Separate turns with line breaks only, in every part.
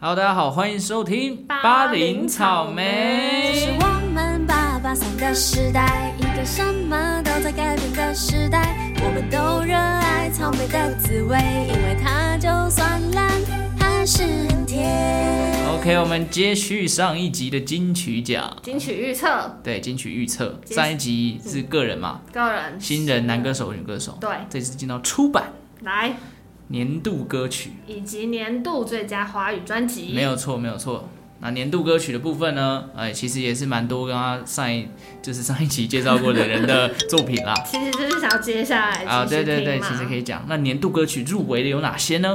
Hello，大家好，欢迎收听
巴
零
林
草
草
莓
莓
这是我们爸爸桑的时代，一个什么都在改变的时代。我们都热爱草莓的滋味，因为它就算烂，还是很甜。
OK，我们接续上一集的金曲奖，
金曲预测
对金曲预测。
接续
上一集是个人嘛，
个人
新人男歌手、女歌手。
对
这次进到出版
来，
年度歌曲，
以及年度最佳华语专辑，
没有错，没有错。那年度歌曲的部分呢？哎，其实也是蛮多跟他上一就是上一期介绍过的人的作品 啦。
其实就是想要接下来
啊，
继
对
续
对对，
听嘛
其实可以讲。那年度歌曲入围的有哪些呢？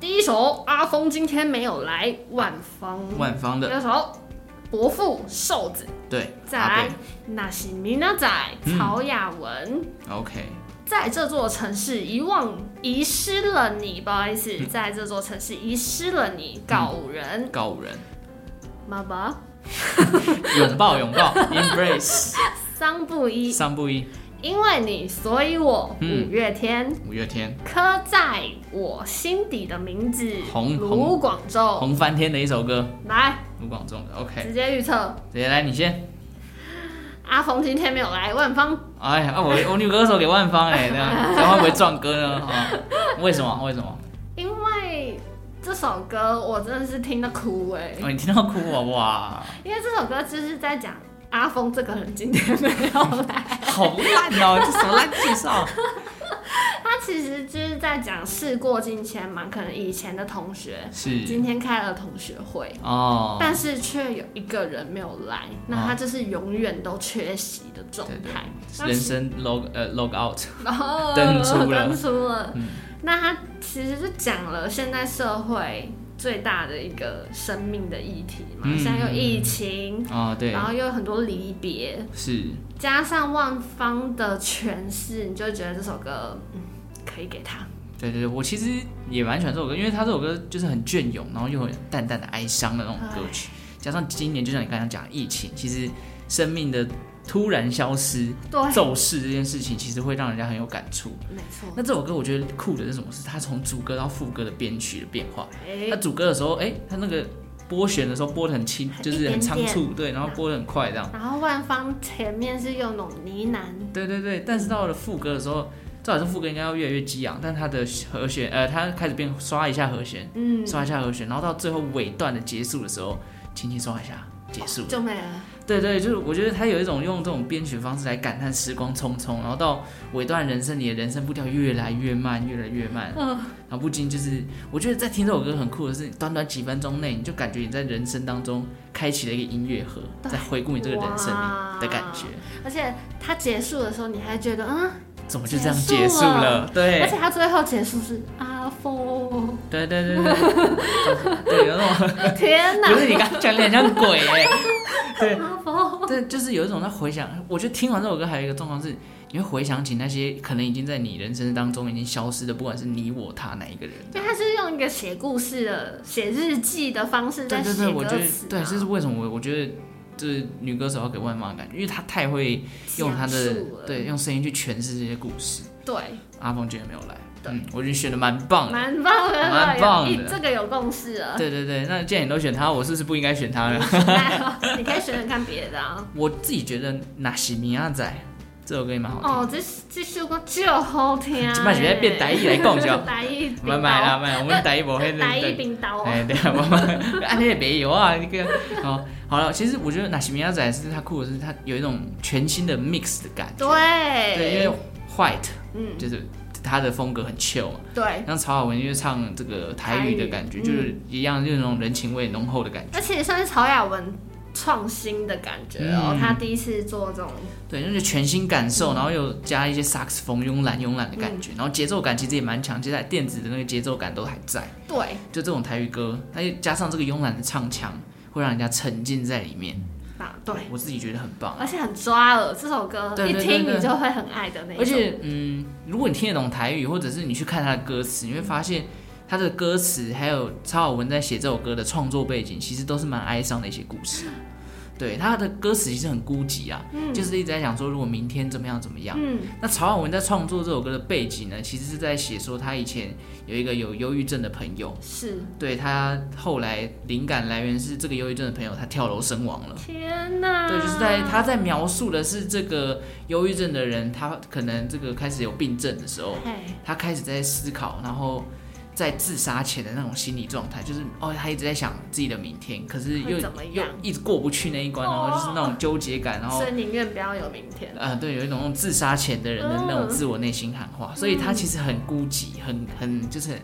第一首阿峰今天没有来，万芳。
万芳
第
的，
二首伯父瘦子，
啊对，
再
阿
来
北。
那西米娜仔曹雅文。
OK，
在这座城市遗忘遗失了你，不好意思，
嗯
在这座城市遗失了你，告五人，
告五人，
妈妈，
拥 抱拥抱，Embrace，
桑布一，
上不一，
因为你，所以我，
嗯
五月天，
五月天，
刻在我心底的名字，
红
卢
红
广仲。
红翻天的一首歌，
来，
卢广仲的。OK，
直接预测，
直接来你先。
阿峰今天没有来，万芳
哎呀，啊我我女歌手给万芳 哎，这样这样会不会撞歌呢？啊，为什么？为什么？
因为这首歌我真的是听得哭哎、
哦，你听到哭啊？哇，
因为这首歌就是在讲阿峰这个人今天没有来，
好烂哦， 这什么烂介绍？
他其实就是在讲事过境迁嘛，可能以前的同学今
是
天开了同学会。
哦，
但是却有一个人没有来，那他就是永远都缺席的状
对对
态。那
人生 log 呃 log out，
然 后
登出了
登出了
嗯
那他其实就讲了现在社会最大的一个生命的议题嘛，
嗯
现在有疫情，
哦对
然，后又有很多离别，
是
加上万芳的诠释，你就会觉得这首歌嗯可以给他。
对对对，我其实也蛮喜欢这首歌，因为它这首歌就是很隽永，然后又很淡淡的哀伤的那种歌曲，加上今年就像你刚才讲疫情，其实生命的突然消失、
对，
骤逝这件事情，其实会让人家很有感触。
没错。
那这首歌我觉得酷的是什么？是它从主歌到副歌的编曲的变化。
哎
它主歌的时候，哎、它那个拨弦的时候拨的很轻，就是很仓促，对，然后拨的很快这样。
然后万芳前面是用那种呢喃，
对对对，但是到了副歌的时候，照理说副歌应该要越来越激昂，但它的和弦，呃，它开始变刷一下和弦。
嗯，
刷一下和弦，然后到最后尾段的结束的时候，轻轻刷一下，结束。
就没了。
对对，就是我觉得他有一种用这种编曲方式来感叹时光匆匆，然后到尾段人生，你的人生步调越来越慢，越来越慢，
嗯
然后不禁就是，我觉得在听这首歌很酷的是，短短几分钟内，你就感觉你在人生当中开启了一个音乐盒，
对
在回顾你这个人生
哇
的感觉，
而且它结束的时候，你还觉得嗯，
怎么就这样结
结束
束了？对，
而且它最后结束是阿峰，
对对对对，就是 对，有 那种
天哪
不，是你刚刚讲的很像鬼哎、 对，
阿峰，
对，就是有一种在回想。我觉得听完这首歌还有一个状况是，你会回想起那些可能已经在你人生当中已经消失的，不管是你我他哪一个人。
因为他是用一个写故事的、写日记的方式
对
在
对
写
对，我
歌
觉得
词、啊，
对，这是为什么我我觉得就是女歌手要给万芳的感觉，因为她太会用她
讲
的
述了
对用声音去诠释这些故事。
对，
阿峰今天没有来，
对
嗯，我觉得选的蛮棒的。
蛮棒的，
蛮棒的
有一这个有共识啊了。
对对对，那既然你都选他，我是不是不应该选他呢？
你可以选选看别的 啊。
我自己觉得《那西米亚仔》这首歌也蛮好听的。
哦，这这首歌就好听啊！
现在是要变台语来讲 是吧
台语
买买啦，买啦，我们台一波黑
冰
的
刀，。台语冰刀
哎，
哦，
对 啊，我们啊，那也没有啊，那个好，好了。其实我觉得纳西米亚仔是他酷的是，他有一种全新的 mix 的感觉。
对
对，因为 White
嗯，
就是他的风格很 chill 嘛，
对，
像曹雅文就是唱这个台语的感觉，
台语
就是一样，就是那种人情味浓厚的感觉。
而且也算是曹雅文创新的感觉哦，
嗯
他第一次做这种，
对，就是全新感受，然后又加一些萨克斯风慵懒慵懒的感觉，然后节奏感其实也蛮强，接下来电子的那个节奏感都还在。
对，
就这种台语歌，它又加上这个慵懒的唱腔，会让人家沉浸在里面。
啊对，
我自己觉得很棒。
而且很抓耳，这首歌
对
一
对
听
对对
你就会很爱的那一
而
种。
且，嗯，如果你听得懂台语，或者是你去看他的歌词，你会发现他的歌词还有曹晓文在写这首歌的创作背景，其实都是蛮哀伤的一些故事。对，他的歌词其实很孤寂啊，
嗯
就是一直在讲说如果明天怎么样怎么样。
嗯
那曹婉文在创作这首歌的背景呢，其实是在写说他以前有一个有忧郁症的朋友，
是。
对他后来灵感来源是这个忧郁症的朋友他跳楼身亡了。
天哪！
对，就是在他在描述的是这个忧郁症的人，他可能这个开始有病症的时候，
嘿，
他开始在思考，然后在自杀前的那种心理状态，就是哦，他一直在想自己的明天，可是又
会怎么
又
样
一直过不去那一关，
哦
然后就是那种纠结感，然后
所以宁愿不要有明天。
呃，对，有一种那种自杀前的人的那种
嗯
自我内心喊话，所以他其实很孤寂，很很就是很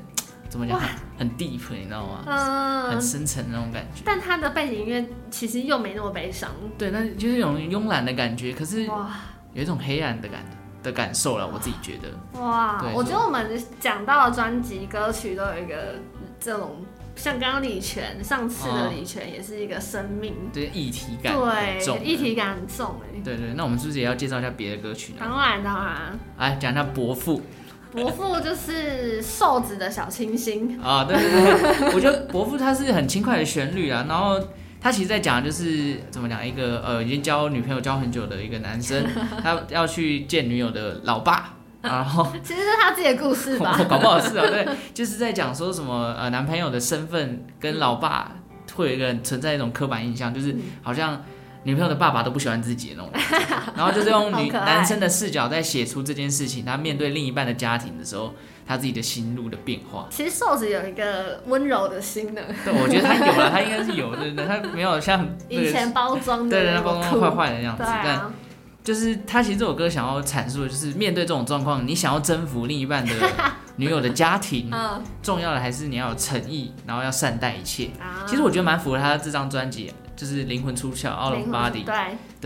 怎么讲，
哇
很很 deep，你知道吗？
嗯
很，深沉的那种感觉。
但他的背景音乐其实又没那么悲伤。
对，那就是有一种慵懒的感觉，可是
哇
有一种黑暗的感的感受了，我自己觉得。
哇！
对
我觉得我们讲到的专辑歌曲都有一个这种，像刚刚李泉上次的
哦
李泉也是一个生命，
对议题感很重
对，
的，
议题感很重哎。
对对，那我们是不是也要介绍一下别的歌曲呢？
当然当然，
来讲一下《伯父
伯父就是瘦子的小清新，》
啊，对对对，我 觉得《伯父》它是很轻快的旋律啊，然后他其实在讲的就是怎么讲一个呃已经交女朋友交很久的一个男 生，他要去见女友的老爸，然后
其实 是他自己的故事吧
我。搞不好是啊，对，就是在讲说什么呃，男朋友的身份跟老爸
嗯
会有一个存在一种刻板印象，就是好像女朋友的爸爸都不喜欢自己的那种感 觉，然后就是用女
好可爱
男生的视角在写出这件事情，他面对另一半的家庭的时候，他自己的心路的变化。
其实瘦子有一个温柔的心呢，
对，我觉得他有了，啊他应该是有，对对，他没有像那
以
个
前包装的
对对，
那
他
么
包装
酷
坏坏的样子，
对
但
啊，
就是他其实这首歌想要阐述的就是面对这种状况，你想要征服另一半的 女友的家庭，
嗯
重要的还是你要有诚意，然后要善待一切。
啊，
其实我觉得蛮符合他这张专辑，就是《灵魂出窍》（Out
灵
of
魂
Body）
对，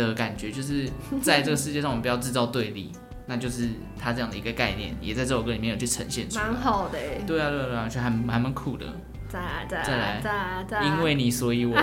的感觉，就是在这个世界上我们不要制造对立，那就是他这样的一个概念，也在这首歌里面有去呈现出来
蛮。好的耶，
对啊，对啊，对啊，就还还蛮酷的。
再来再
再
来
来
再来再来，
因为你，所以我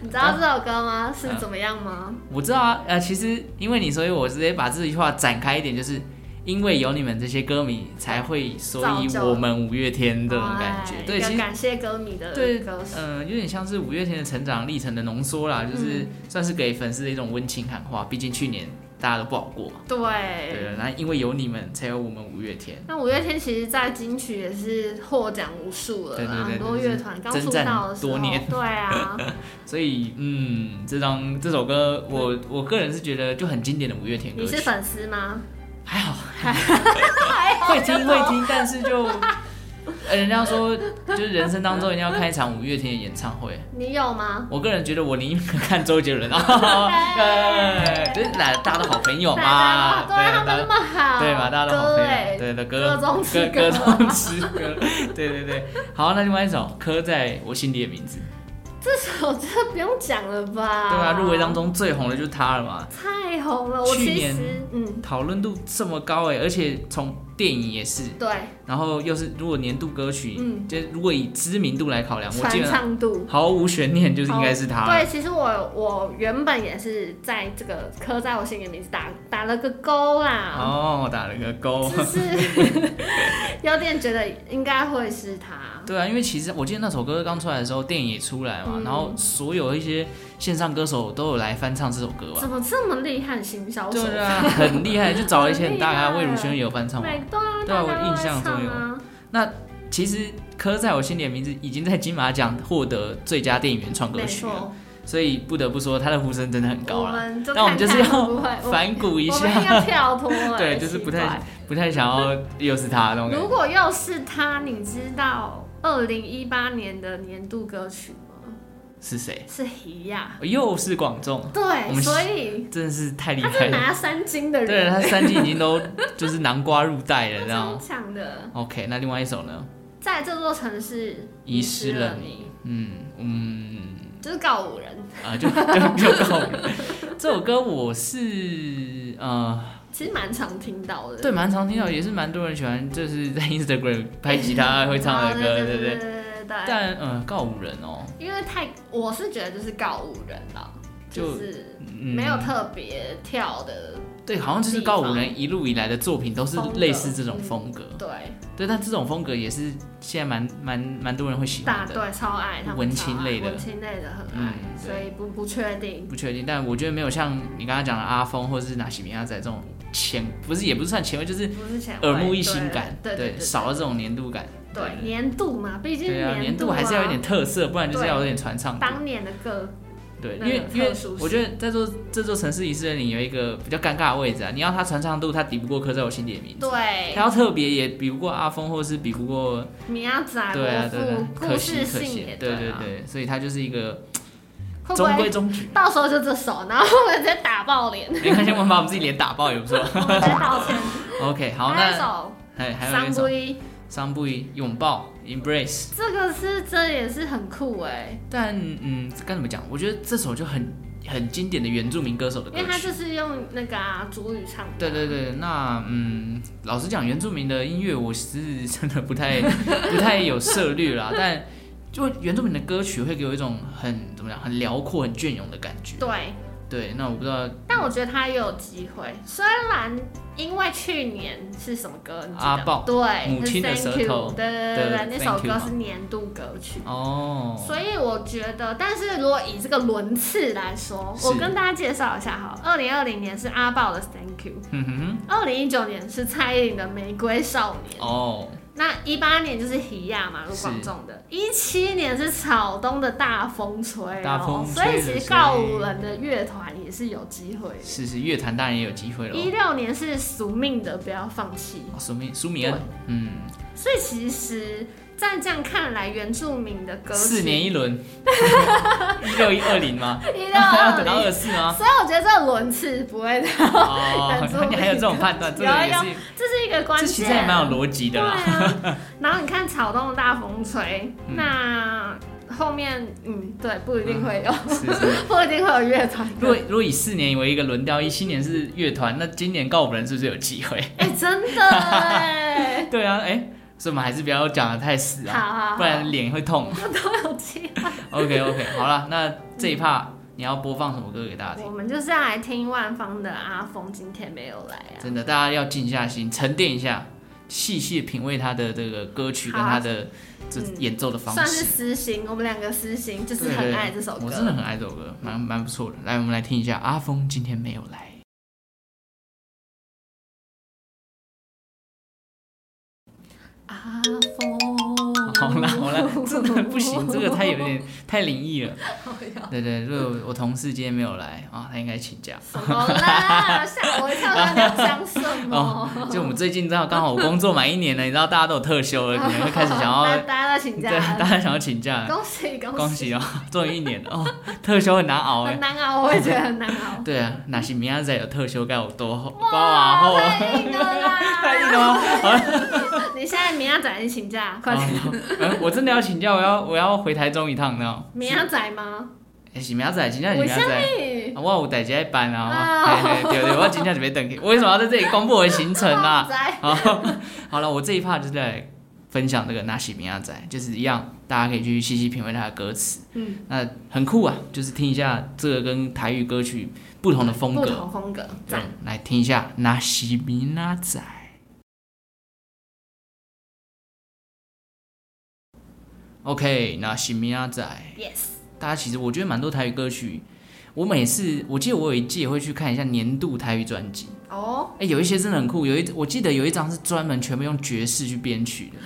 你知道这首歌吗？
啊
是怎么样吗？
我知道啊，呃，其实因为你，所以我直接把这句话展开一点，就是因为有你们这些歌迷，才会所以
造就
我们五月天这种感觉
哎。
对，
一个
其实
感谢歌迷的
对
歌手，
嗯、有点像是五月天的成长历程的浓缩啦，
嗯
就是算是给粉丝的一种温情喊话。毕竟去年大家都不好过嘛，
对。
对，那因为有你们，才有我们五月天。
那五月天其实，在金曲也是获奖无数了
对对
啦，
对
很多
就是
乐团刚
征
出
战
道的时候
多年，
对 啊，
所以，嗯，这张这首歌，我我个人是觉得就很经典的五月天歌
你
曲
是，粉丝吗？
还好，会听会听，但是就，呃，人家说就是人生当中一定要看一场五月天的演唱会。
你有吗？
我个人觉得我宁愿看周杰伦啊，对，就是大大家都好朋友嘛，
对
大
啊，他
家
们那么好，
对嘛，大家都好朋
歌
友
哎，
对的
歌
歌，
中之
歌
歌
中之歌，对对对。好，那另外一首《刻在我心底的名字》，
这首这不用讲了吧？
对啊，入围当中最红的就是它了嘛，
太红了。我
去
其
年
实嗯，
讨论度这么高哎，而且从电影也是，
对，
然后又是如果年度歌曲，
嗯
就如果以知名度来考量，我基啊
传
本上
唱度。
毫无悬念就是应该是它了。
对，其实我我原本也是在这个刻在我心里的名字打打了个勾啦，
哦，打了个勾。
就是 有点觉得应该会是他。
对啊，因为其实我记得那首歌刚出来的时候，电影也出来嘛，
嗯
然后所有一些线上歌手都有来翻唱这首歌吧
怎。么这么厉害？行销手，
对啊，很厉害，就找了一些很大咖，
很厉害
魏如萱也有翻唱嘛。
每对啊，
对啊
大家
我
都
印
在
象中
唱
有
啊
其实《刻在我心里的名字》已经在金马奖获得最佳电影原创歌
没
曲了，
错，
所以不得不说他的呼声真的很高
我
了。
们就
那我们
看
就是
看
要
会不会，我们
反骨一
我们应该
下，，
跳脱 了
对，就是
奇
不
怪
太不太想要又是他那种感
如
觉。
果要是他，你知道二零一八年的年度歌曲吗？
是谁？
是 Hiya。
又是广仲，我
对，
们
所以
真的是太厉
他
害
是
了。
拿三金的
对，
人，
他三季已经都就是南瓜入袋了，这
超
样。
强的。
OK，那另外一首呢？
在这座城市
遗失了
你，
嗯嗯。
就是告五人。
啊，就 就就够了。这首歌我是呃，
其实蛮常听到的。
对，蛮常听到，也是蛮多人喜欢，就是在 Instagram 拍吉他会唱的歌，
啊
对
对
不
对
对？
对对对。
但嗯、呃，告五人哦，
因为太，我是觉得就是告五人了，
就
就是
嗯
没有特别跳的，
对，好像就是
地
告五
方
人一路以来的作品都是
风格
类似这种
嗯
风格，
对，
对，但这种风格也是现在蛮蛮蛮多人会喜
大
欢的，
对超爱他们超爱
文青类的
文青类的很
嗯
爱，
对
所以不不确定，
不确定，但我觉得没有像你刚刚讲的阿峰或是纳西米亚仔这种前，不是也不是算前卫，就是
不是前卫
耳目一新感，
对对对，
少了这种年度感，
对年度嘛，毕竟
对啊，年
度
度还是要有点特色，不然就是
对
要有点传唱度。
当年的歌，
对，因
那个
为因为
特殊性
我觉得在做这座城市仪式的你有一个比较尴尬的位置啊，你要它传唱度，它抵不过刻在我心底的名字，
对
它，要特别也比不过阿峰，或是比不过
米亚仔
对啊对
伯
啊
父，
可
故
惜
事
可
性
惜
也，
对
对
对
啊，
对，所以它就是一个
会不
中规
会
中矩。
到时候就这首，然后我们直接打爆脸，
没关系，我们把我们自己脸打爆也不错。
我们直接道歉。
OK，好，
还有一
那
首
还还有一
桑
首
龟，
桑布伊拥抱 embrace，
这个是这也是很酷哎、
但嗯，该怎么讲？我觉得这首就很很经典的原住民歌手的歌
因为它
曲。
就是用那个啊主语唱的啊，
对对对，那嗯，老实讲，原住民的音乐我是真的不太 不太有涉略啦，但就原住民的歌曲会给我一种很怎么讲，很辽阔、很隽永的感觉。
对。
对，那我不知道
但我觉得他也有机会，虽然因为去年是什么歌？你记得
阿豹
对，
母亲的舌头
是 Thank you，对对对对
对
对，那首
Thank you
歌
嘛
是年度歌曲。
哦，
所以我觉得，但是如果以这个轮次来说，
是
我跟大家介绍一下好了。二零二零年是阿豹的《Thank You》，
嗯哼
二零一九年是蔡依林的《玫瑰少年》
哼，哦，
那一八年就是喜亚嘛，卢广仲的；一七年是草东的大风吹、哦，
大风吹
所以其
的
实
吹
告五人的乐团也是有机会的。
是是，乐坛当然也有机会了。
一六年是宿命的，不要放弃。
哦苏米苏米恩
对，
嗯，
所以其实，在这样看来，原住民的歌曲
四年一 轮，一六一二零吗？
一六
要
二
等到
零，
二四吗？
所以我觉得这个轮次不会 的，
哦
忍住，
你还有这种判断，这
有啊
个也
有
是，
这是一个关
这
键。
其实还蛮有逻辑的
对
啦。
啊，然后你看草东的大风吹，
嗯
那后面嗯，对，啊不一定会有，
是是。
不一定会有乐团的。
如果如果以四年为一个轮调，一七年是乐团，那今年告五人是不是有机会？
哎、真的哎，
对啊，哎，所以我们还是不要讲的太死
好
啊，
好好，
不然脸会 痛。
都有机会。
OK OK，好了，那这
嗯
一趴你要播放什么歌给大家
我
听？
们就是要来听万芳的阿峰，今天没有来啊。
真的，大家要静下心，沉淀一下，细细品味他的这个歌曲跟
好啊
他的这
嗯
演奏的方
算是
式。
私心，我们两个私心就是
对对
很
对
爱这首歌。
我真的很爱这首歌，蛮蛮不错的。来，我们来听一下，阿峰今天没有来。
阿峰，
好啦好啦，这个不行，这个太有点太灵异了。对对，如果我同事今天没有来啊，他应该请假。
什么啦？吓我一跳，他要讲什
哦
么？，
就我们最近正好刚好我工作满一年了，你知道大家都有特休了，可能会开始想
大
要，
大家都请假
对，大
了，
家想要请假。
恭喜恭
恭喜哦，终于一年了哦，特休很难熬
很
哎。
难熬，我也觉得很难熬。
对啊，哪些明仔载有特休该有多好，包啊后啊，
太硬了
太硬
啦！
了吗。好了
你现在明仔载你请假，快点。
哦哎我真的要请假，我要我要回台中一趟呢。
明仔载吗？
哎，是明仔载，请假是
我
明仔
相
载。
信。
啊我有代志要办啊，
啊
嘿嘿对对，我今天就没等去，我为什么要在这里公布我的行程 啊？
在
好，好了，我这一趴就是来分享这个《纳西米亚仔》，就是一样，大家可以去细细品味它的歌词，
嗯，
那很酷啊，就是听一下这个跟台语歌曲不同的风
不
格，
同风格，
对
赞。，
来听一下《纳西米亚仔》。OK，那西米亚仔。
Yes，
大家其实我觉得蛮多台语歌曲，我每次我记得我有一季也会去看一下年度台语专辑，
哦，
哎、有一些真的很酷，有一我记得有一张是专门全部用爵士去编曲的，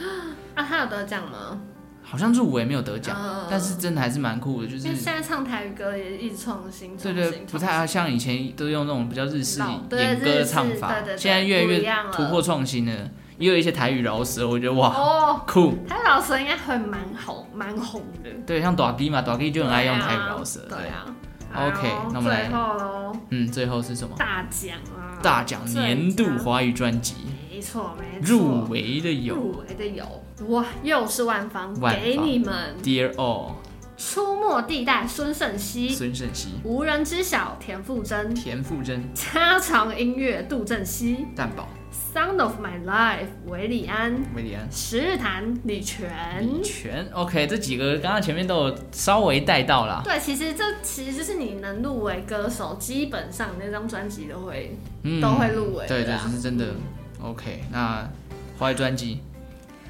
啊，他有得奖吗？
好像入围没有得奖，
嗯
但是真的还是蛮酷的，就
因为
是
现在唱台语歌也一直创新，
对
创
对
新，
不太像以前都用那种比较日式
老对
演歌的唱
日
法
式对对，对
现在越来
不一
越
样了
突破创新了，也有一些台语饶舌，我觉得哇
哦。
酷，
台语老师应该会蛮好，蛮红的。
对，像短 D 嘛，短 D 就很爱用台语饶舌，
对啊。
OK，
好
那我们来
最后喽，
嗯，最后是什么？
大奖啊！
大奖
最佳
年度华语专辑
没错没错，
入围的有。
入围的有哇，又是万方
万芳
给你们
Dear All，
出没地带孙胜熙，
孙胜熙、
无人知晓田馥甄，
田馥甄、
家常音乐杜振熙，
蛋宝、
Sound of My Life》韦礼安，
维里安。
十日谈李泉。
李泉，OK，这几个刚刚前面都有稍微带到啦。
对，其实这其实就是你能入围歌手，基本上那张专辑都会
嗯，
都会入围啊
对对，
啦
这是真的。OK，那华语专辑，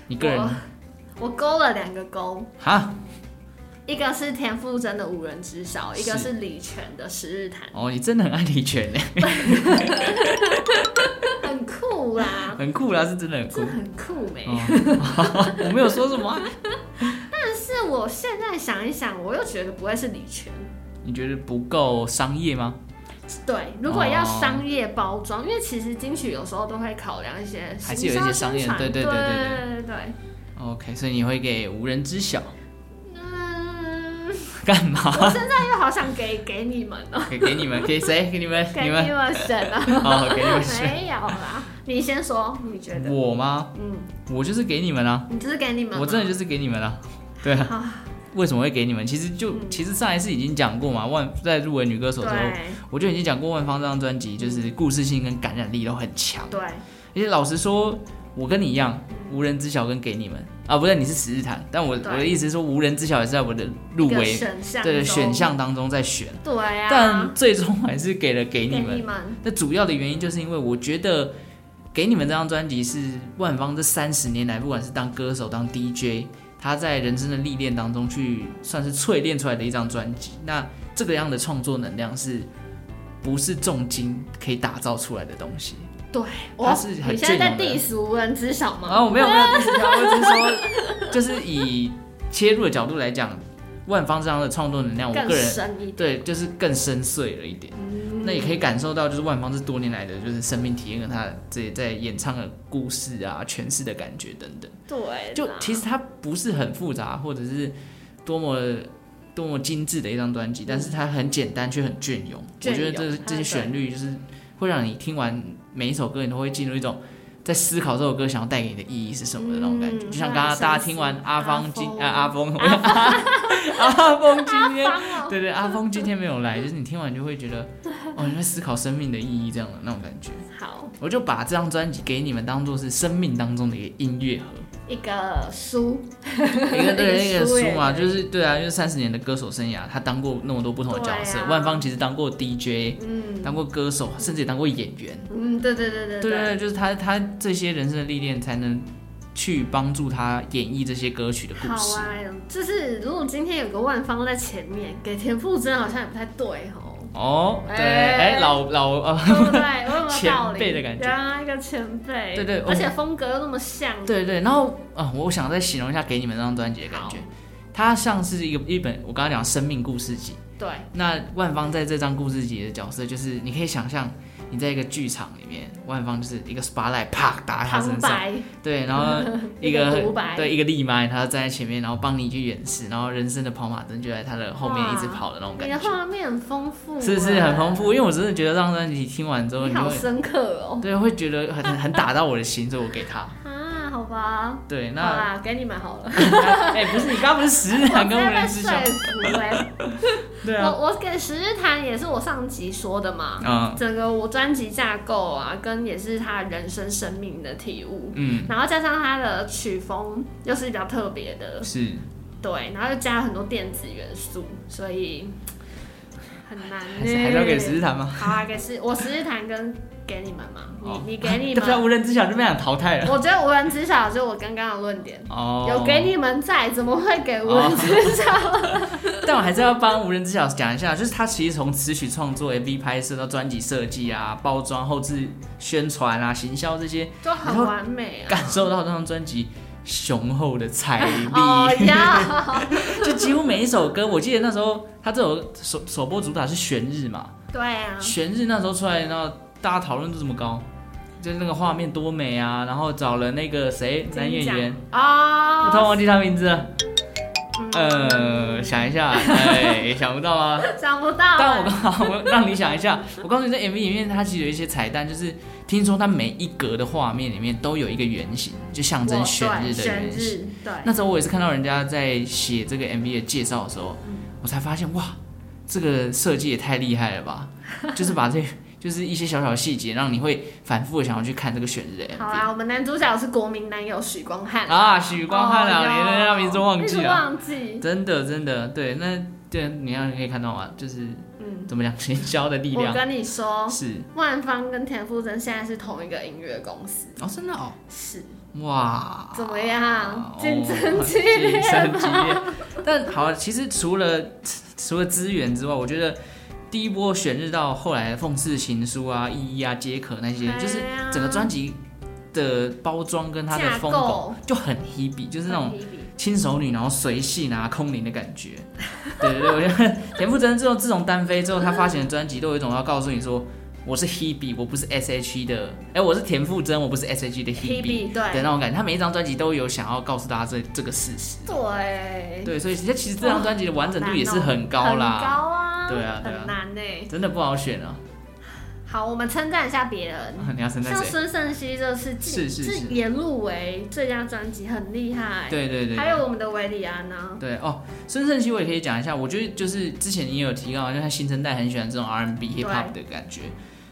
你个人
我我勾了两个勾，
哈？
一个是田馥甄的《无人知晓》，一个
是
是李泉的《十日谈
哦，你真的很爱李泉呢，》，
很酷啦，
很酷啦，是真的很酷
这。很酷欸没、
哦， 我没有说什么啊、
但是我现在想一想，我又觉得不会是李泉。
你觉得不够商业吗？
对，如果要
哦
商业包装，因为其实金曲有时候都会考量一些
还是
行
有一些
销
商
宣
业
传
对对
对
对对
对对。
OK，所以你会给无人知晓
嗯，
干
我
嘛？
现在又好想给给你们哦，
给给你们，给谁？给你们，
给
你
你
们，
们选啊，
哦，给你们 选。
没有啦，你先说，你觉得？
我吗？
嗯，
我就是给你们啊，
你就是给你们吗，
我真的就是给你们啊。对啊，
啊，
为什么会给你们？其实就
嗯
其实上一次已经讲过嘛，万在入围女歌手的时候，
对嗯
我就已经讲过万芳这张专辑就是故事性跟感染力都很强。
对，嗯
而且老实说，我跟你一样，无人知晓跟给你们啊，不对，你是十日谈，但我我
对
的意思是说，无人知晓也是在我的入
一个
围
选项
的
中
选，项当中在选，
对啊，
但最终还是给了给你
给你
们。
们，
那主要的原因就是因为我觉得。给你们这张专辑是万芳这三十年来，不管是当歌手、当 DJ，他在人生的历练当中去算是淬炼出来的一张专辑。那这个样的创作能量是不是重金可以打造出来的东西？
对，
他
我
是很
你现在在
隽永的
diss 无人知晓吗？
啊，我没有没有第四条，我只是 说，就是以切入的角度来讲，万方这样的创作能量，我
更
个人
深一点，
对就是更深邃了一点。那也可以感受到，就是万方这多年来的就是生命体验跟他自己在演唱的故事啊、诠释的感觉等等。
对，
就其实它不是很复杂，或者是多么多么精致的一张专辑，但是它很简单却很嗯隽永。
隽
我觉得
永
这
啊
这些旋律就是会让你听完每一首歌，你都会进入一种在思考这首歌想要带给你的意义是什么的那种感觉。
嗯
就像刚
会
刚
很
大家
深
听
思
完阿
阿
芳今
峰
啊阿峰， 我阿峰今天
方哦，
对对，阿峰今天没有来，就是你听完就会觉得，哦，你在思考生命的意义这样的那种感觉。
好
我就把这张专辑给你们当做是生命当中的一个音乐盒。
一个书，
一个对
一
一
个
个
书耶
书嘛，就是对啊，就是三十年的歌手生涯，他当过那么多不同的角色。
对啊
万芳其实当过 DJ，
嗯
当过歌手，甚至也当过演员。
嗯，对对对对
对对对，就是他他这些人生的历练，才能去帮助他演绎这些歌曲的故
好
事。
啊，就是如果今天有个万方在前面，给田馥甄好像也不太对哦，
哦，对，
哎
哎、老老呃，
对不对？我有没有
前
道理？
辈的感觉
对啊，一个前辈，
对对我
而且风格又那么像，
对对，然后啊、我想再形容一下给你们这张专辑的感觉，它像是一个一本我刚刚讲的生命故事集，
对
那万芳在这张故事集的角色，就是你可以想象你在一个剧场里面，万芳就是一个 spotlight 啪打在他
旁
身上，
白，
对，然 后一
一
个
个独白
对一个立麦，他站在前面，然后帮你去演示，然后人生的跑马灯就在他的后面一直跑的那种
你
感
的
觉，
画面很丰富，
是不是很丰富？因为我真的觉得这张专辑听完之后，
哎，你
你
好
会
深刻哦，
对会觉得很很打到我的心，所以我给他。
啊，好吧，
对，
好
嗯 那
啦，给你们好了，
哎、不是你刚刚不是十日
我
谈
直
跟无
接被
人知
说
晓？
服哎，
对啊，
我我给十日谈也是我上集说的嘛，
嗯
整个我专辑架构啊，跟也是他人生生命的体悟，
嗯
然后加上他的曲风又是比较特别的，
是。
对，然后又加了很多电子元素，所以嘖很难
还
呢、
是还是要给十日谈吗？
好啊，给十我十日谈跟给你们嘛，你、
哦
你给 你
对不对？
们，
无人知晓就被想淘汰 了。
我觉得无人知晓就是我刚刚的论点。
哦，
有给你们在，怎么会给无人知晓？
但我还是要帮无人知晓讲一下，就是他其实从词曲创作、MV 拍摄到专辑设计啊、包装、后置宣传啊、行销这些，
就很完美啊！
感受到这张专辑雄厚的财力。
哦呀，
就几乎每一首歌，我记得那时候他这首首首播主打是《悬日》嘛，
对啊，
《悬日》那时候出来，然后大家讨论度这么高。就是那个画面多美啊，然后找了那个谁男演员，我
啊，
突然忘记他名字了，
嗯，
呃，想一下，哎，想不到 啊，
想不到欸，
但我刚好我让你想一下，我告诉你，在 MV 里面它其实有一些彩蛋，就是听说它每一格的画面里面都有一个圆形，就象征
我
选日
对
的
选
圆形。
日，对，
那时候我也是看到人家在写这个 MV 的介
嗯
绍的时候，我才发现哇，这个设计也太厉害了吧！就是把这就是一些小小的细节，让你会反复的想要去看这个选日的 MV。
好啊啦，我们男主角是国民男友许光汉
啊，许光汉
哦
啊，连人家名字都忘
一
记
直
了，
忘记，
真的真的，对，那对，你看你可以看到啊，就是
嗯，
怎么讲，行销的力
我
量
跟你 说，
是
万芳跟田馥甄现在是同一个音乐公司，
哦，真的哦，
是
哇，
怎么
哦
样？竞争
很
激烈
竞争激
吗？
烈。 但好，其实除了除了资源之外，我觉得第一波选日到后来的《讽刺情书》啊、《一一》啊、《皆可》那些，
哎呀
就是整个专辑的包装跟它的
架
风
构
格就很 hebe，就是那种
很 heavy
轻熟女，然后随性啊、空灵的感觉。 对对对，我觉得 田馥甄之后自从单飞之后，她发行的专辑都有一种要告诉你说，我是 Hebe，我不是 S.H.E 的，哎、我是田馥甄，我不是 S.H.E 的 Hebe
Hebe，对
的那种感觉。她每一张专辑都有想要告诉大家这这个事实。
对，
对，所以其实其实这张专辑的完整度也是很
好
高
难哦很
啦，
高啊，
对啊对啊
很难呢。
真的不好选啊！
好，我们称赞一下别人。
你要称赞
像
谁？
孙盛熙这次
是
进
是是
也入围最佳专辑，很厉害。
对对对，
还有我们的维里安啊呢，
对哦，孙盛熙我也可以讲一下，我觉得就是之前也有提到，就他新生代很喜欢这种 R&B hip hop 的感觉，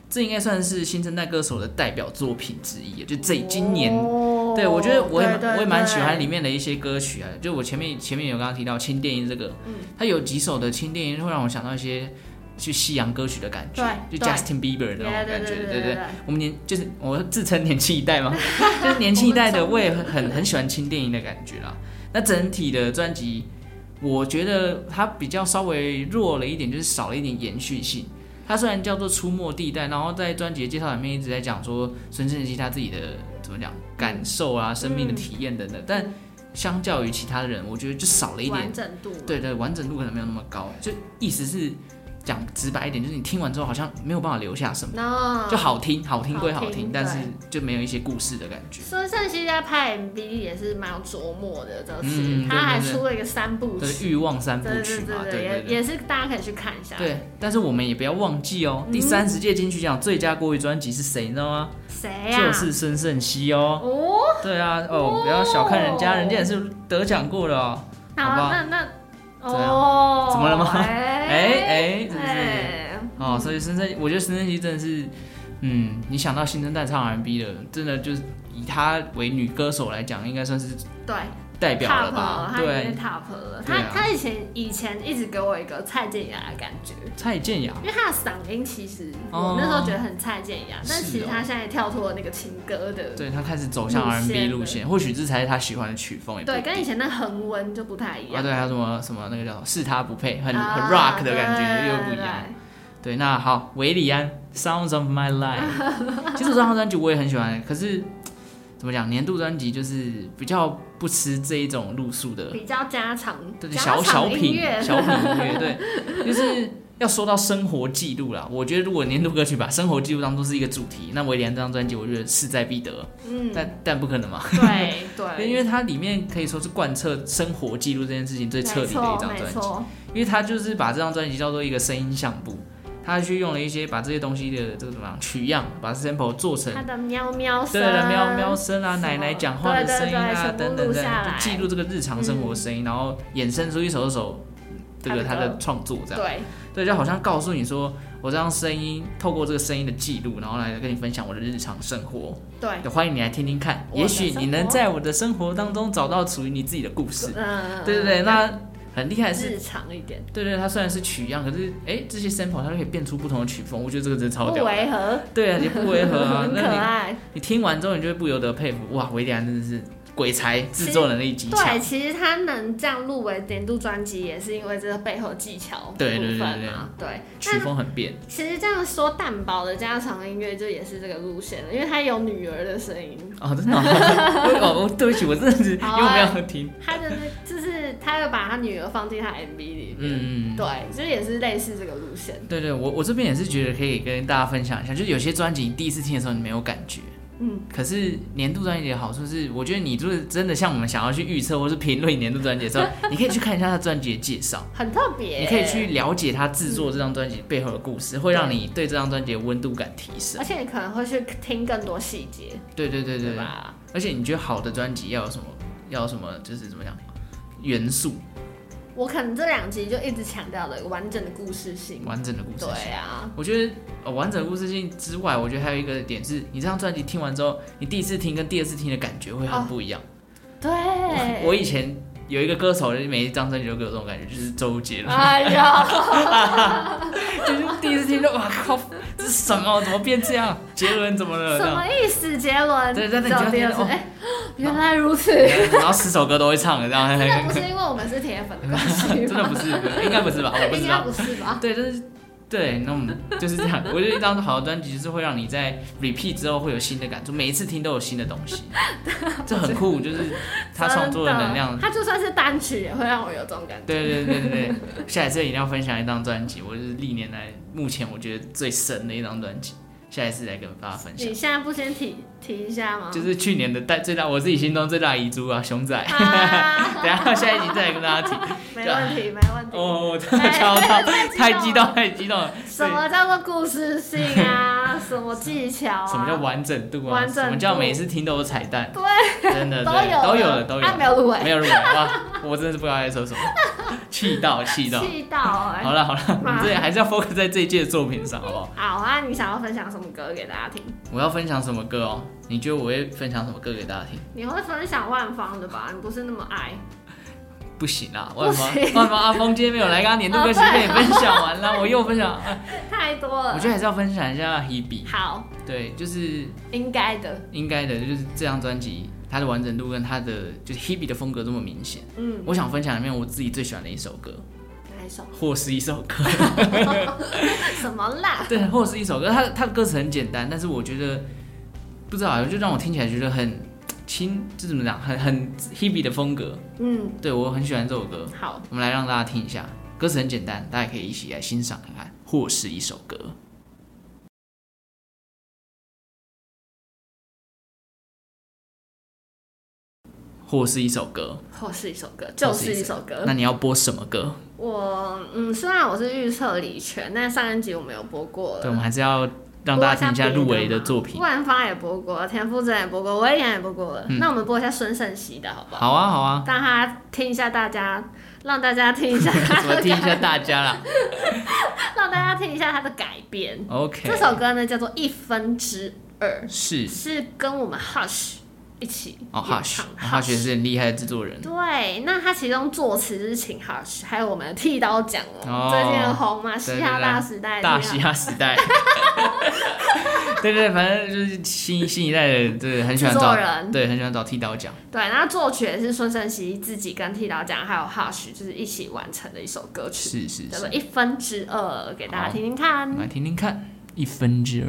这应该算是新生代歌手的代表作品之一，就这今年。
哦
对，我觉得我也蛮
对对
我也蛮喜欢里
对
面的一些歌曲啊，就我前面前面有刚刚提到轻电音这个，
嗯
它有几首的轻电音会让我想到一些去西洋歌曲的感觉，
对
就
对
Justin Bieber 的那种
对对
感觉，
对对
对
对对
我们年就是我自称年轻一代嘛， 就是年轻一代的，我也很很喜欢轻电音的感觉啦。那整体的专辑，我觉得它比较稍微弱了一点，就是少了一点延续性。它虽然叫做出没地带，然后在专辑的介绍里面一直在讲说孙盛熙他自己的怎么讲感受啊、生命的体验等等，但相较于其他的人，我觉得就少了一点
完整度嘛，
对对，完整度可能没有那么高。就意思是讲直白一点，就是你听完之后好像没有办法留下什么，
那
就好听，好听归好
嗯好听
听，但是
对
就没有一些故事的感觉。
孙盛熙在拍 MV 也是蛮有琢磨的，这次、
嗯
他还
对对对
出了一个三部
对，
曲，
欲望三部
对
曲
对
嘛，
对
对对
也
对。
也是大家可以去看一下。，
对，但是我们也不要忘记
嗯
哦，第三十届金曲奖最佳国语专辑是谁，你知道吗？
谁哎呀、
就是孙盛熙哦。
哦，
对啊，哦，不要小看人家，
哦
人家也是得奖过的哦。好不好
好，那那
怎样
哦，
怎么了吗
哎
哎哎，是不是？哦，所以孙盛，我觉得孙盛熙真的是，嗯，你想到新生代唱 R&B 的，真的就是以她为女歌手来讲，应该算是
对
代表
，top
了
了
吧？，
他已
对
经，top 了。
对
他
啊
他以前以前一直给我一个蔡健雅的感觉，
蔡健雅，
因为他的嗓音其实
哦
我那时候觉得很蔡健雅，但
是
其实
哦
他现在跳脱了那个情歌的，
对她开始走向
路
R&B
线
路
了
线，或许这才是她喜欢的曲风，也不
对，跟
一
以
定
前那恒温就不太一
啊，
样。
对，还有什么什么那个叫什么是她不配，很
啊
很 rock 的感觉又不一。
对对
样。
对
对，那好，韦礼安《Sounds of My Life》，其 实这张专辑我也很喜欢，可是怎么讲，年度专辑就是比较不吃这一种路数的
比较家常，
对
家
小
常
小
音
品
乐
小品音乐，对，就是要说到生活记录啦。我觉得如果年度歌曲把生活记录当做是一个主题，那维里安这张专辑我觉得势在必得，
嗯，
但但不可能嘛，
对 对，
因为它里面可以说是贯彻生活记录这件事情最
没
彻
错
底的一张
没
专辑，
错，
因为它就是把这张专辑叫做一个声音相簿。他去用了一些把这些东西的这个怎么样取样，把 sample 做成
他的喵喵声，
对了，喵喵声啊，
什么
奶奶讲话的声音
对对对
啊
全，部
等等
录
等，
下
就
来
记录这个日常生活声音，然后衍生出一首一首这个
他
他
的歌
的创作这样。
对，
对，就好像告诉你说，我这样声音，透过这个声音的记录，然后来跟你分享我的日常生活。
对
对，欢迎你来听听看，
我的
也许你
生
能
活
在我的生活当中找到属于你自己的故事。
嗯，
对对对，那很厉害的是，
日常一点，
对对，它虽然是取样，可是哎，这些 sample 它就可以变出不同的曲风，我觉得这个真的超
不
屌的。
违和，
对啊，也不违和啊。
很可
那你
爱。
你听完之后，你就会不由得佩服，哇，维里安真的是鬼才，制作能力极强
对，。其实他能这样入围年度专辑，也是因为这个背后技巧部
对对对
分嘛。对，
曲风很变，
那其实这样说，蛋堡的家常音乐就也是这个路线了，因为他有女儿的声音，
哦，真的哦， 哦，我对不起，我真的是因为
好啊
我没有听，
他的那就是他又把他女儿放进他 MV 里面，
嗯嗯，
对，就是也是类似这个路线。
对对，我我这边也是觉得可以跟大家分享一下，就是有些专辑你第一次听的时候你没有感觉，
嗯，
可是年度专辑的好处是，我觉得你就是真的像我们想要去预测或是评论年度专辑的 时候，你可以去看一下他专辑的介绍，
很特别。
你可以去，了解他制作这张专辑背后的故事，会让你对这张专辑的温度感提升
而。且你可能会去听更多细节，
对对对对
对
对。
吧？
而且你觉得好的专辑要有什么？要有什么？就是怎么讲？元素，
我可能这两集就一直强调了完整的故事性。
完整的故事
对
性。
啊，
我觉得、呃、完整的故事性之外，我觉得还有一个点是，你这张专辑听完之后，你第一次听跟第二次听的感觉会很不一样。
对。哎
我以前有一个歌手，每一张专辑都给我这种感觉，就是周杰 伦，
哎 呀，
就是第一次听就哇靠，这是什么？怎么变这样？杰伦怎么了？
什
这样
么意思？杰伦，
对但是你
走
就
第二次
觉得哦
哎，原来 如此。
然后十首歌都会唱的这样，
真的不是因为我们是铁粉的关系
真的
吗？
不是，应该不是吧？我不
应
知
该
道
不。是吧？
对，就是对，那我们就是这样。我觉得一张好的专辑就是会让你在 repeat 之后会有新的感触，每一次听都有新的东西，这很酷。就是他创作的能量
真的，他就算是单曲也会让我有这种感觉。
对对对对对。下一次一定要分享一张专辑，我是历年来目前我觉得最神的一张专辑，下一次来跟大家分享
你。现在不先提提一下吗？
就是去年的大最大我自己心中最大遗珠啊，熊 仔。
啊
等一下下一集再来跟大家提。
没问题，没问题。
哦，真的超到，太激动，太激动了。
什么叫做故事性 啊？什么技巧啊？
什么叫完整度啊？
完整度
什么叫每次听都有彩蛋？
对，
真的
都
对
有
都有了，都有
啊，没
了，
有入
没
围，
有入围哇！我真的是不知道在说什么， 气到气到。
气到哎
好。了好了，我们这还是要 focus 在这一届的作品上，好不好？
好啊，你想要分享什么歌给大家听？
我要分享什么歌哦？你觉得我会分享什么歌给大家听？
你会分享万芳的吧？你不是那么爱，
不行啊，万芳
不行哦
万芳阿峰今天没有来，刚刚年度歌曲被你分享完了，我又分 享。啊
太多
我
了
觉。得还是要分享一下 Hebe，
好，
对，就是
应该的。
应该的，就是这张专辑它的完整度跟它的就是 Hebe 的风格这么明显。
嗯，
我想分享里面我自己最喜欢的一首歌，
哪一首？
或是一首歌，
什么啦？
对，或是一首歌。它它的歌词很简单，但是我觉得不知道，啊就让我听起来觉得很轻，就怎么讲，很很 Hebe 的风格。
嗯，
对我很喜欢这首歌，
好，
我们来让大家听一下，歌词很简单，大家可以一起来欣赏看看，或是一首歌。或是一首歌，
或是一首歌，就是一首歌
那。你要播什么歌？
我嗯，虽然我是预测李泉，但上一集我没有播过
对，我
了。
们还是要让大家听一下入围
的
的作品。嗯
万芳也呃播过，田馥甄也播过，威廉也播过了。那我们播一下孙盛熙的好不好？
好啊，好啊，
让他听一下大家，让大家听一下他
怎么
的
听一下
改，
大家啦
让大家听一下他的改编。
？OK，
这首歌呢叫做《一分之二》，
是
是跟我们 Hush 一起
哦
演
，Hush，
唱
Hush 也是很厉害的制作人，
对，那他其中作词就是请 Hush，还有我们的剃刀奖哦，
哦
最近很红嘛，
对
嘻哈
对
大时代，
大
嘻
嘻
哈
哈时代。 对对，反正就是新新一代的，对，很喜欢
制作
找
人，
对，很喜欢找剃刀奖。
对，那作曲也是孙盛熙自己跟剃刀奖还有 Hush 就是一起完成的一首歌
是
曲，
是
叫做
是，
《一分之二》，给大家
好
听听
我们
看。
来听听看，一分之二。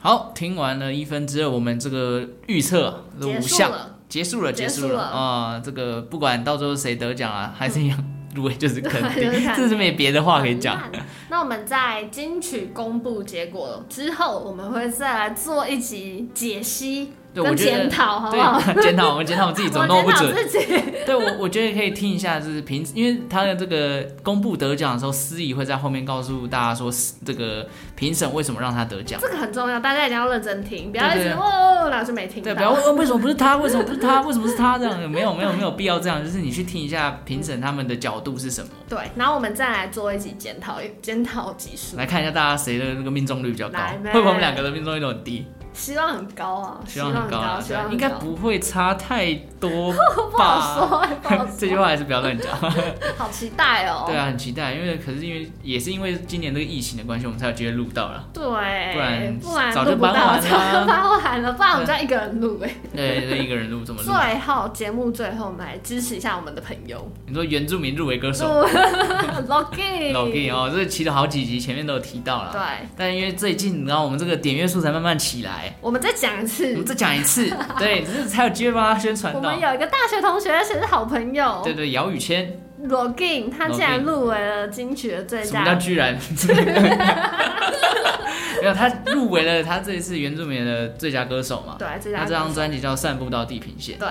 好，听完了一分之二，我们这个预测这
结
五
束
项
了，
结束了，
结
结
束
束了
了
啊、这个不管到最后谁得奖啊，还是一样、入围就是肯
对
定
嗯 就是，肯定
这是没别的啊话可以讲。
很烂。那我们在金曲公布结果之后，我们会再来做一集解析
对
跟
我觉得
检讨，好不好？
对，啊检讨我们检讨我们自己怎么
我
弄不
检讨
准。
自己，
对我，我觉得可以听一下，就是平，因为他的这个公布得奖的时候，司仪会在后面告诉大家说，这个评审为什么让他得奖
这。个很重要，大家一定要认真听，不要一
对
直
对
哦，老师没听到。
对， 不要问为什么不是他，为什么不是他，为什么是他这样？没有没有没有必要这样，就是你去听一下评审他们的角度是什么，
对，然后我们再来做一集检讨检讨集数，
来看一下大家谁的那个命中率比较高，
来
会
呗
不会我们两个的命中率都很低？
希望很高啊，
希望很高啊，
希望很
应该不会差太多 吧？
好说，不好
这句
说，
话还是不要乱讲。
好期待哦。
对啊，很期待，因为可是因为也是因为今年这个疫情的关系，我们才有机会录到了。
对，
不然
不然
早就
录不到
搬完了
早就搬完了，不然我们就要一个人录哎。
对，就一个人录怎么录？
最后节目最后，我们来支持一下我们的朋友
你说原住民入围歌手
Logan，
老 gay 哦，这其实好几集前面都有提到了。
对，
但因为最近，然后我们这个点阅数才慢慢起来，
我们再讲一
我们
次，
再讲一 次，对，这才有机会帮他宣传
我
到
们。有一个大学同学，而且是好朋友
对对，姚宇谦，
Logan，他竟然
Logan
入围了金曲的最
什么叫
佳
居 然？没有，他入围了他这一次原住民的最佳歌手嘛。
对最佳
他这
歌
张
手
专辑叫《散步到地平线》。
对。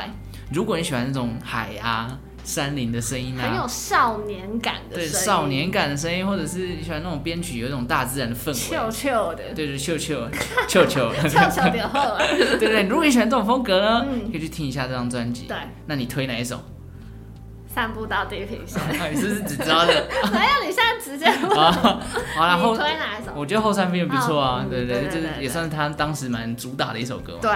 如果你喜欢那种海啊、山林的声音
很有
啊，
少年感的声
对
音，
少年感的声音，或者是你喜欢那种编曲有一种大自然的氛
俏
围，
俏的，
对对，秀秀 秀秀，
俏俏的后啊，
对对，如果你喜欢这种风格呢，
嗯
可以去听一下这张专辑。
对，
那你推哪一首？
散步到地平线。
你是不是只知道这个？
没有，你现在直接问，
好，好啦，
你
后
推哪一首？
我觉得后三篇比不错啊，
哦嗯
对
对
对，
对
就
对
是
对
也算是他当时蛮主打的一首歌嘛。
对，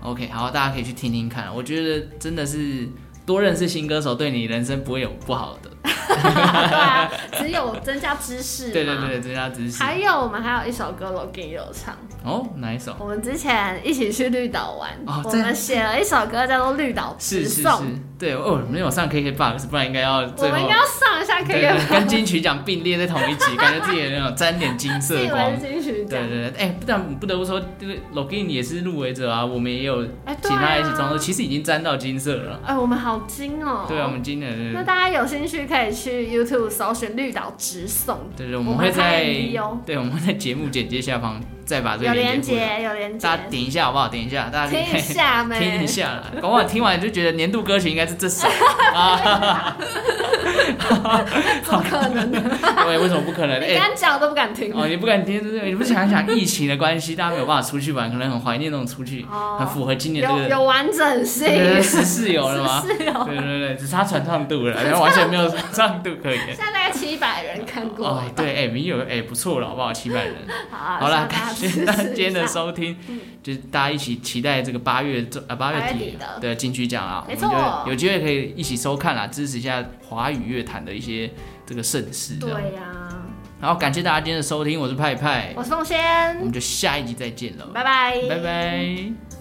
OK，好，大家可以去听听看，啊我觉得真的是多认识新歌手，对你人生不会有不好的。
对啊，只有增加知识嘛。
对对对，增加知识。
还有我们还有一首歌 Logan 有唱，
哦，哪一首？
我们之前一起去绿岛玩，
哦
我
这
们写了一首歌叫做《绿岛
是
直
是
送》
是，对哦，没有上 KK Box，不然应该要
我
最
们
后
应该要上一下
对对
KK
对跟金曲奖并列在同一集，感觉自己有那种沾点金色
新
光
闻。金曲
对
奖，
对对，哎、但不得不说，这个 Login 也是入围者啊，我们也有
哎
请
对啊
他一起装作，其实已经沾到金色了。
哎，我们好精哦。
对啊，我们今年
那大家有兴趣可以去 YouTube 搜寻绿岛直送，
对对，我
我
们会在
还有 MV 哦
对我们会在节目简介下方再把这
有
个
连
链接
接有连
附上，
接
大，家点一下好不好？点一下，大家可以
听 一下没？
听一下啦。往往听完就觉得年度歌曲应该是这首，啊
怎么可能呢？
对，为什么不可能？
你
哎、
敢讲都不敢听。
哦，你不敢听，对不对？你不想一想疫情的关系，大家没有办法出去玩，可能很怀念那种出去，
哦
很符合今年这
有
个
有完整性，
对对对十四游了吗？
是有，
对对对，只差传唱度了，然后完全没有传唱度可言
现。在大概七百人看过
哦
了，，
对，哎、民有哎、不错了，好不好？七百人。
好啊
好啦，
希望大
感
家
谢
支持一
大
下嗯
家 今天的收听，就是大家一起期待这个八月中啊八
八
月
月
底
底的
的金曲奖啊，我
没
们
错
就有机会可以一起收看啦，支持一下华语乐坛的一些这个盛事。这样，
对呀、
然后感谢大家今天的收听，我是派派，
我是凤仙
我，们就下一集再见了，
拜拜，
拜拜